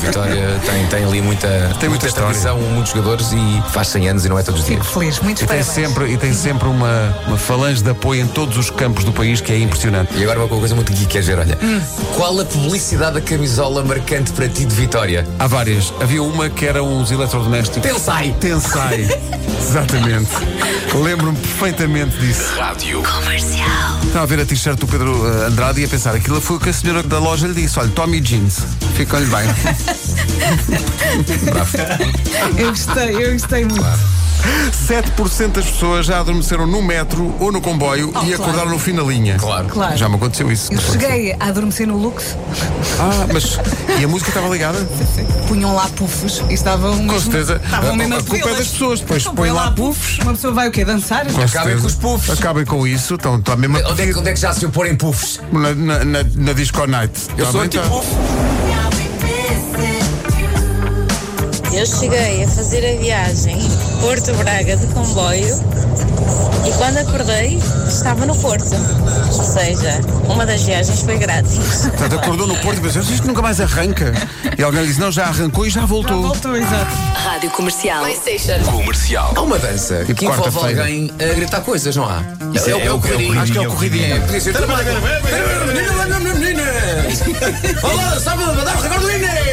Vitória tem, tem ali muita, Tem muita história. tradição, muitos jogadores e faz 100 anos e não é todos os dias. Fico feliz. Muitos E tem parabéns. sempre, e tem sempre uma, uma falange de apoio em todos os campos do país que é impressionante. E agora uma coisa muito geek, queres ver, olha. Qual a publicidade da camisola marcante para ti de Vitória? Há várias. Havia uma que era uns eletrodomésticos. Tensai! Tensai. Exatamente. Lembro-me perfeitamente disso. Estava a ver a t-shirt do Pedro eh, Andrade e a pensar, aquilo foi o que a senhora da loja lhe disse. Olha, Tommy Jeans. Ficou-lhe bem. Eu gostei, eu gostei muito. 7% das pessoas já adormeceram no metro ou no comboio e claro. acordaram no fim da linha. Oh, Claro. Claro. Já me aconteceu isso. Eu cheguei a adormecer no Lux, Ah, mas. E a música estava ligada? punham lá pufos e estavam. mesmo- certeza. Estavam A- mesmo a culpa é vê-las. das pessoas, depois Então, põe lá pufos. Uma pessoa vai o quê? Dançar? Com Acabem certeza. com os puffs. Acabem com isso. então, Estão, estão mesmo a Onde é, que- onde é que já se opor em puffs? na, na, na, na Disco Night. Eu sou tipo- Também tá. anti-puff. Eu cheguei a fazer a viagem Porto-Braga de comboio e quando acordei estava no Porto. Ou seja, uma das viagens foi grátis. Portanto, tá, acordou no Porto e pensou, isto nunca mais arranca. E alguém lhe disse, não, já arrancou e já voltou. Voltou, exato. Rádio Comercial. Há uma dança Tipo que envolve quarta-feira. alguém a gritar coisas, não há? Isso é- é o- é o corridinho, Acho que é o corridinho. é o Podia ser- Menina, menina, menina. Olá, sabe levantar o recorde do Inês!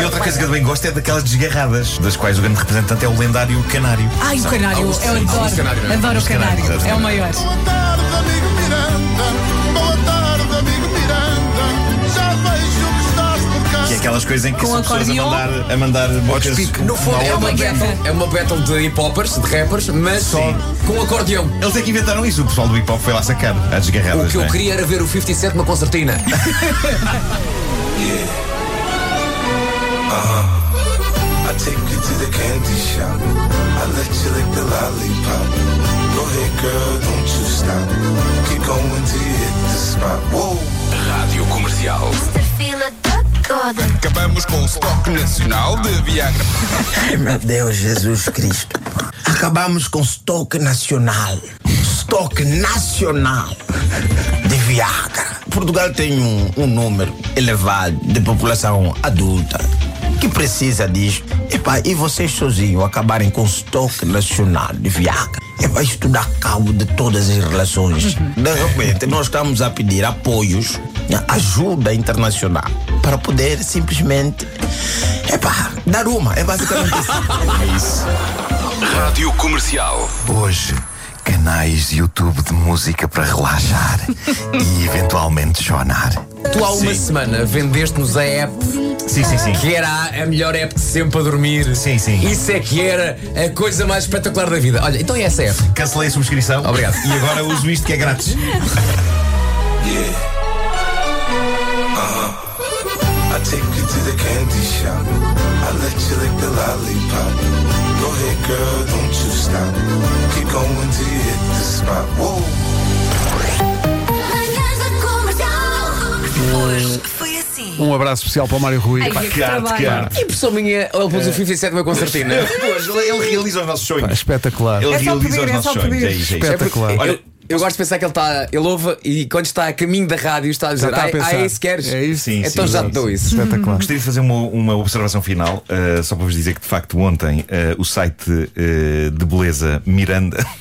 E outra coisa que eu também gosto é daquelas desgarradas, das quais o grande representante é o lendário Canário. Ai, o canário, eu Alguns- alguns adoro. canário, não é? Adoro o Alguns canário. canários, É o maior. Boa tarde, amigo Miranda. Boa tarde, amigo Miranda. Já vejo que estás por cá. Que é aquelas coisas em que Com são pessoas a acordeon. mandar, a mandar bocas. pique. No fundo, uma é à uma, outra. battle, é uma battle de hip-hoppers, de rappers, mas só Sim. com acordeão. Eles é que inventaram isso, o pessoal do hip hop foi lá sacar as desgarradas. O que não eu é? queria era ver o 57 numa concertina. Ah, I take you to the candy shop. I let you lick the lollipop. Go ahead, girl, don't you stop. Keep going till you hit the spot. Whoa. Acabamos com o estoque nacional de Viagra. Meu Deus, Jesus Cristo. Acabamos com estoque nacional. Estoque nacional de Viagra. Portugal tem um, um número elevado de população adulta que precisa disto. Epá, e vocês sozinhos acabarem com estoque nacional de Viagra. É Epá, isto dá cabo de todas as relações. De repente, nós estamos a pedir apoios, né, ajuda internacional, para poder simplesmente, epá, dar uma. É basicamente isso. Hoje, canais de YouTube de música para relaxar e eventualmente chorar. Tu há uma semana vendeste-nos a app Sim, sim, sim. que era a- a melhor app de sempre a dormir. Sim, sim. Isso é que era a coisa mais espetacular da vida. Olha, então é essa app. Cancelei a subscrição. Obrigado. E agora uso isto que é grátis. Uh-huh. I take you to the candy shop. I let you lick the lollipop. Go ahead, girl, don't you stop. Keep going till you hit the spot. Whoa. Hoje foi assim. Um abraço especial para o Mário Rui. Ai, que trabalho. E pessoa minha, ele É. pôs o 57 numa concertina. É Pois, ele realiza os nossos sonhos. Espetacular. Ele É só realiza pedir, os é nossos só sonhos. pedir. É isso, é isso. É porque Espetacular. Eu, eu gosto de pensar que ele está. Ele ouve e quando está a caminho da rádio está a dizer: tá está a "Ai, pensar. Ah, é isso que queres? É isso? Sim, então sim, já sim, te dou isso. Espetacular. Gostaria de fazer uma, uma observação final, eh, só para vos dizer que de facto ontem eh, o site eh, de beleza Miranda.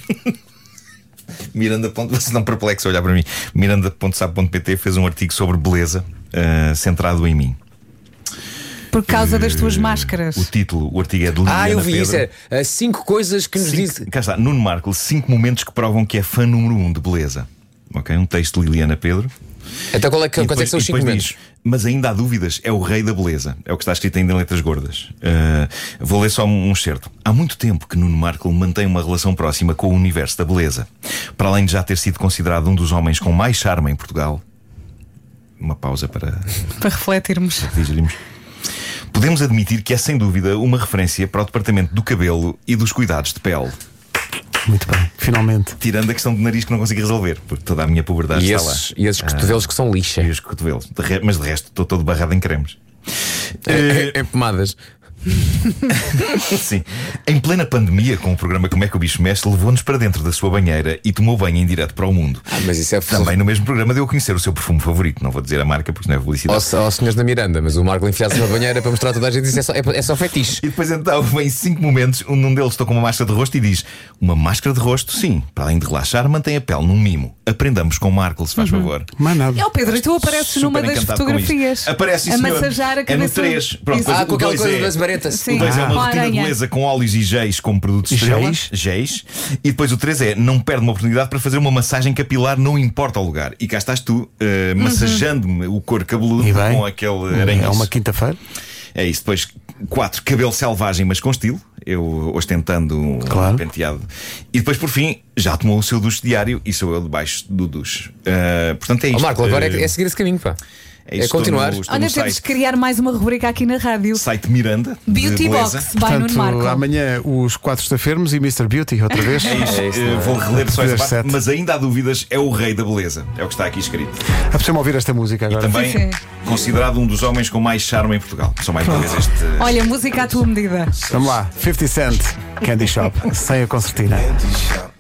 Miranda. ponto- Vocês estão perplexos a olhar para mim. Miranda.sab.pt fez um artigo sobre beleza eh, centrado em mim. Por causa das tuas Eh, máscaras. O título, o artigo é de Liliana Ah, eu vi Pedro. isso. É, as cinco coisas que nos dizem. Cinco, cá está, Nuno Marco, cinco momentos que provam que é fã número um de beleza. Ok? Um texto de Liliana Pedro. Então qual é que, E quais é que são e os cinco depois menos? diz, Mas ainda há dúvidas, é o rei da beleza. É o que está escrito ainda em letras gordas. Ah, vou ler só um certo. Há muito tempo que Nuno Markle mantém uma relação próxima com o universo da beleza. Para além de já ter sido considerado um dos homens com mais charme em Portugal. Uma pausa para Para refletirmos. digerirmos. Podemos admitir que é sem dúvida uma referência para o departamento do cabelo e dos cuidados de pele. Muito bem. Finalmente. Tirando a questão de nariz que não consigo resolver, porque toda a minha puberdade E está lá. esses, e esses cotovelos que são É lixa. É, E os cotovelos. De re- Mas de resto, estou todo barrado em cremes. Em em pomadas. Eh, Sim. Em plena pandemia, com o programa Como é que o Bicho Mexe, levou-nos para dentro da sua banheira e tomou banho em direto para o mundo. mas isso é Também no mesmo programa deu a conhecer o seu perfume favorito. Não vou dizer a marca porque não é Ó publicidade. ó, senhores da Miranda, mas o Marco enfiasse na banheira para mostrar a toda a gente, isso é só, é, é só fetiche. E depois então vem cinco momentos onde um deles estou com uma máscara de rosto e diz: Uma máscara de rosto, sim, para além de relaxar, mantém a pele num mimo. Aprendamos com o Marco, se faz favor. Mais nada. É o Pedro, e tu apareces Super numa das encantado com fotografias. isso. Aparece A senhor. massajar a É no cabeça. 3. Pronto, Isso. depois Ah, o dois é- varetas. Sim. O 2 é Ah. uma rotina de Aranha. beleza com óleos e géis como produto E estrela. géis? Géis. E depois o 3 é não perde uma oportunidade para fazer uma massagem capilar, não importa o lugar. E cá estás tu, eh, Uhum. massajando-me o couro cabeludo E bem? com aquele aranha. É uma quinta-feira? É isso. Depois, quatro, cabelo selvagem, mas com estilo. Eu ostentando um penteado. E depois, por fim, já tomou o seu duche diário e sou eu debaixo do duche. Eh, portanto, é Ó isto. Marco, agora é, Eh, é seguir esse caminho, pá. É, isto. Estou continuar. no- estou no Olha, temos site- que criar mais uma rubrica aqui na rádio. Site Miranda. de Beauty beleza. Box, vai Nuno Portanto, Marco. amanhã os quatro estafermos e Mr. Beauty outra vez. É isso. isso, Eh, não é? Vou reler só essa Três, parte, sete. mas ainda há dúvidas, é o rei da beleza. É o que está aqui escrito. Apetece-me ouvir esta música agora. Também Sim, sim. considerado um dos homens com mais charme em Portugal. Só mais uma vez este. Olha, música à tua medida. Vamos lá, 50 Cent, Candy Shop, sem a concertina. Candy shop.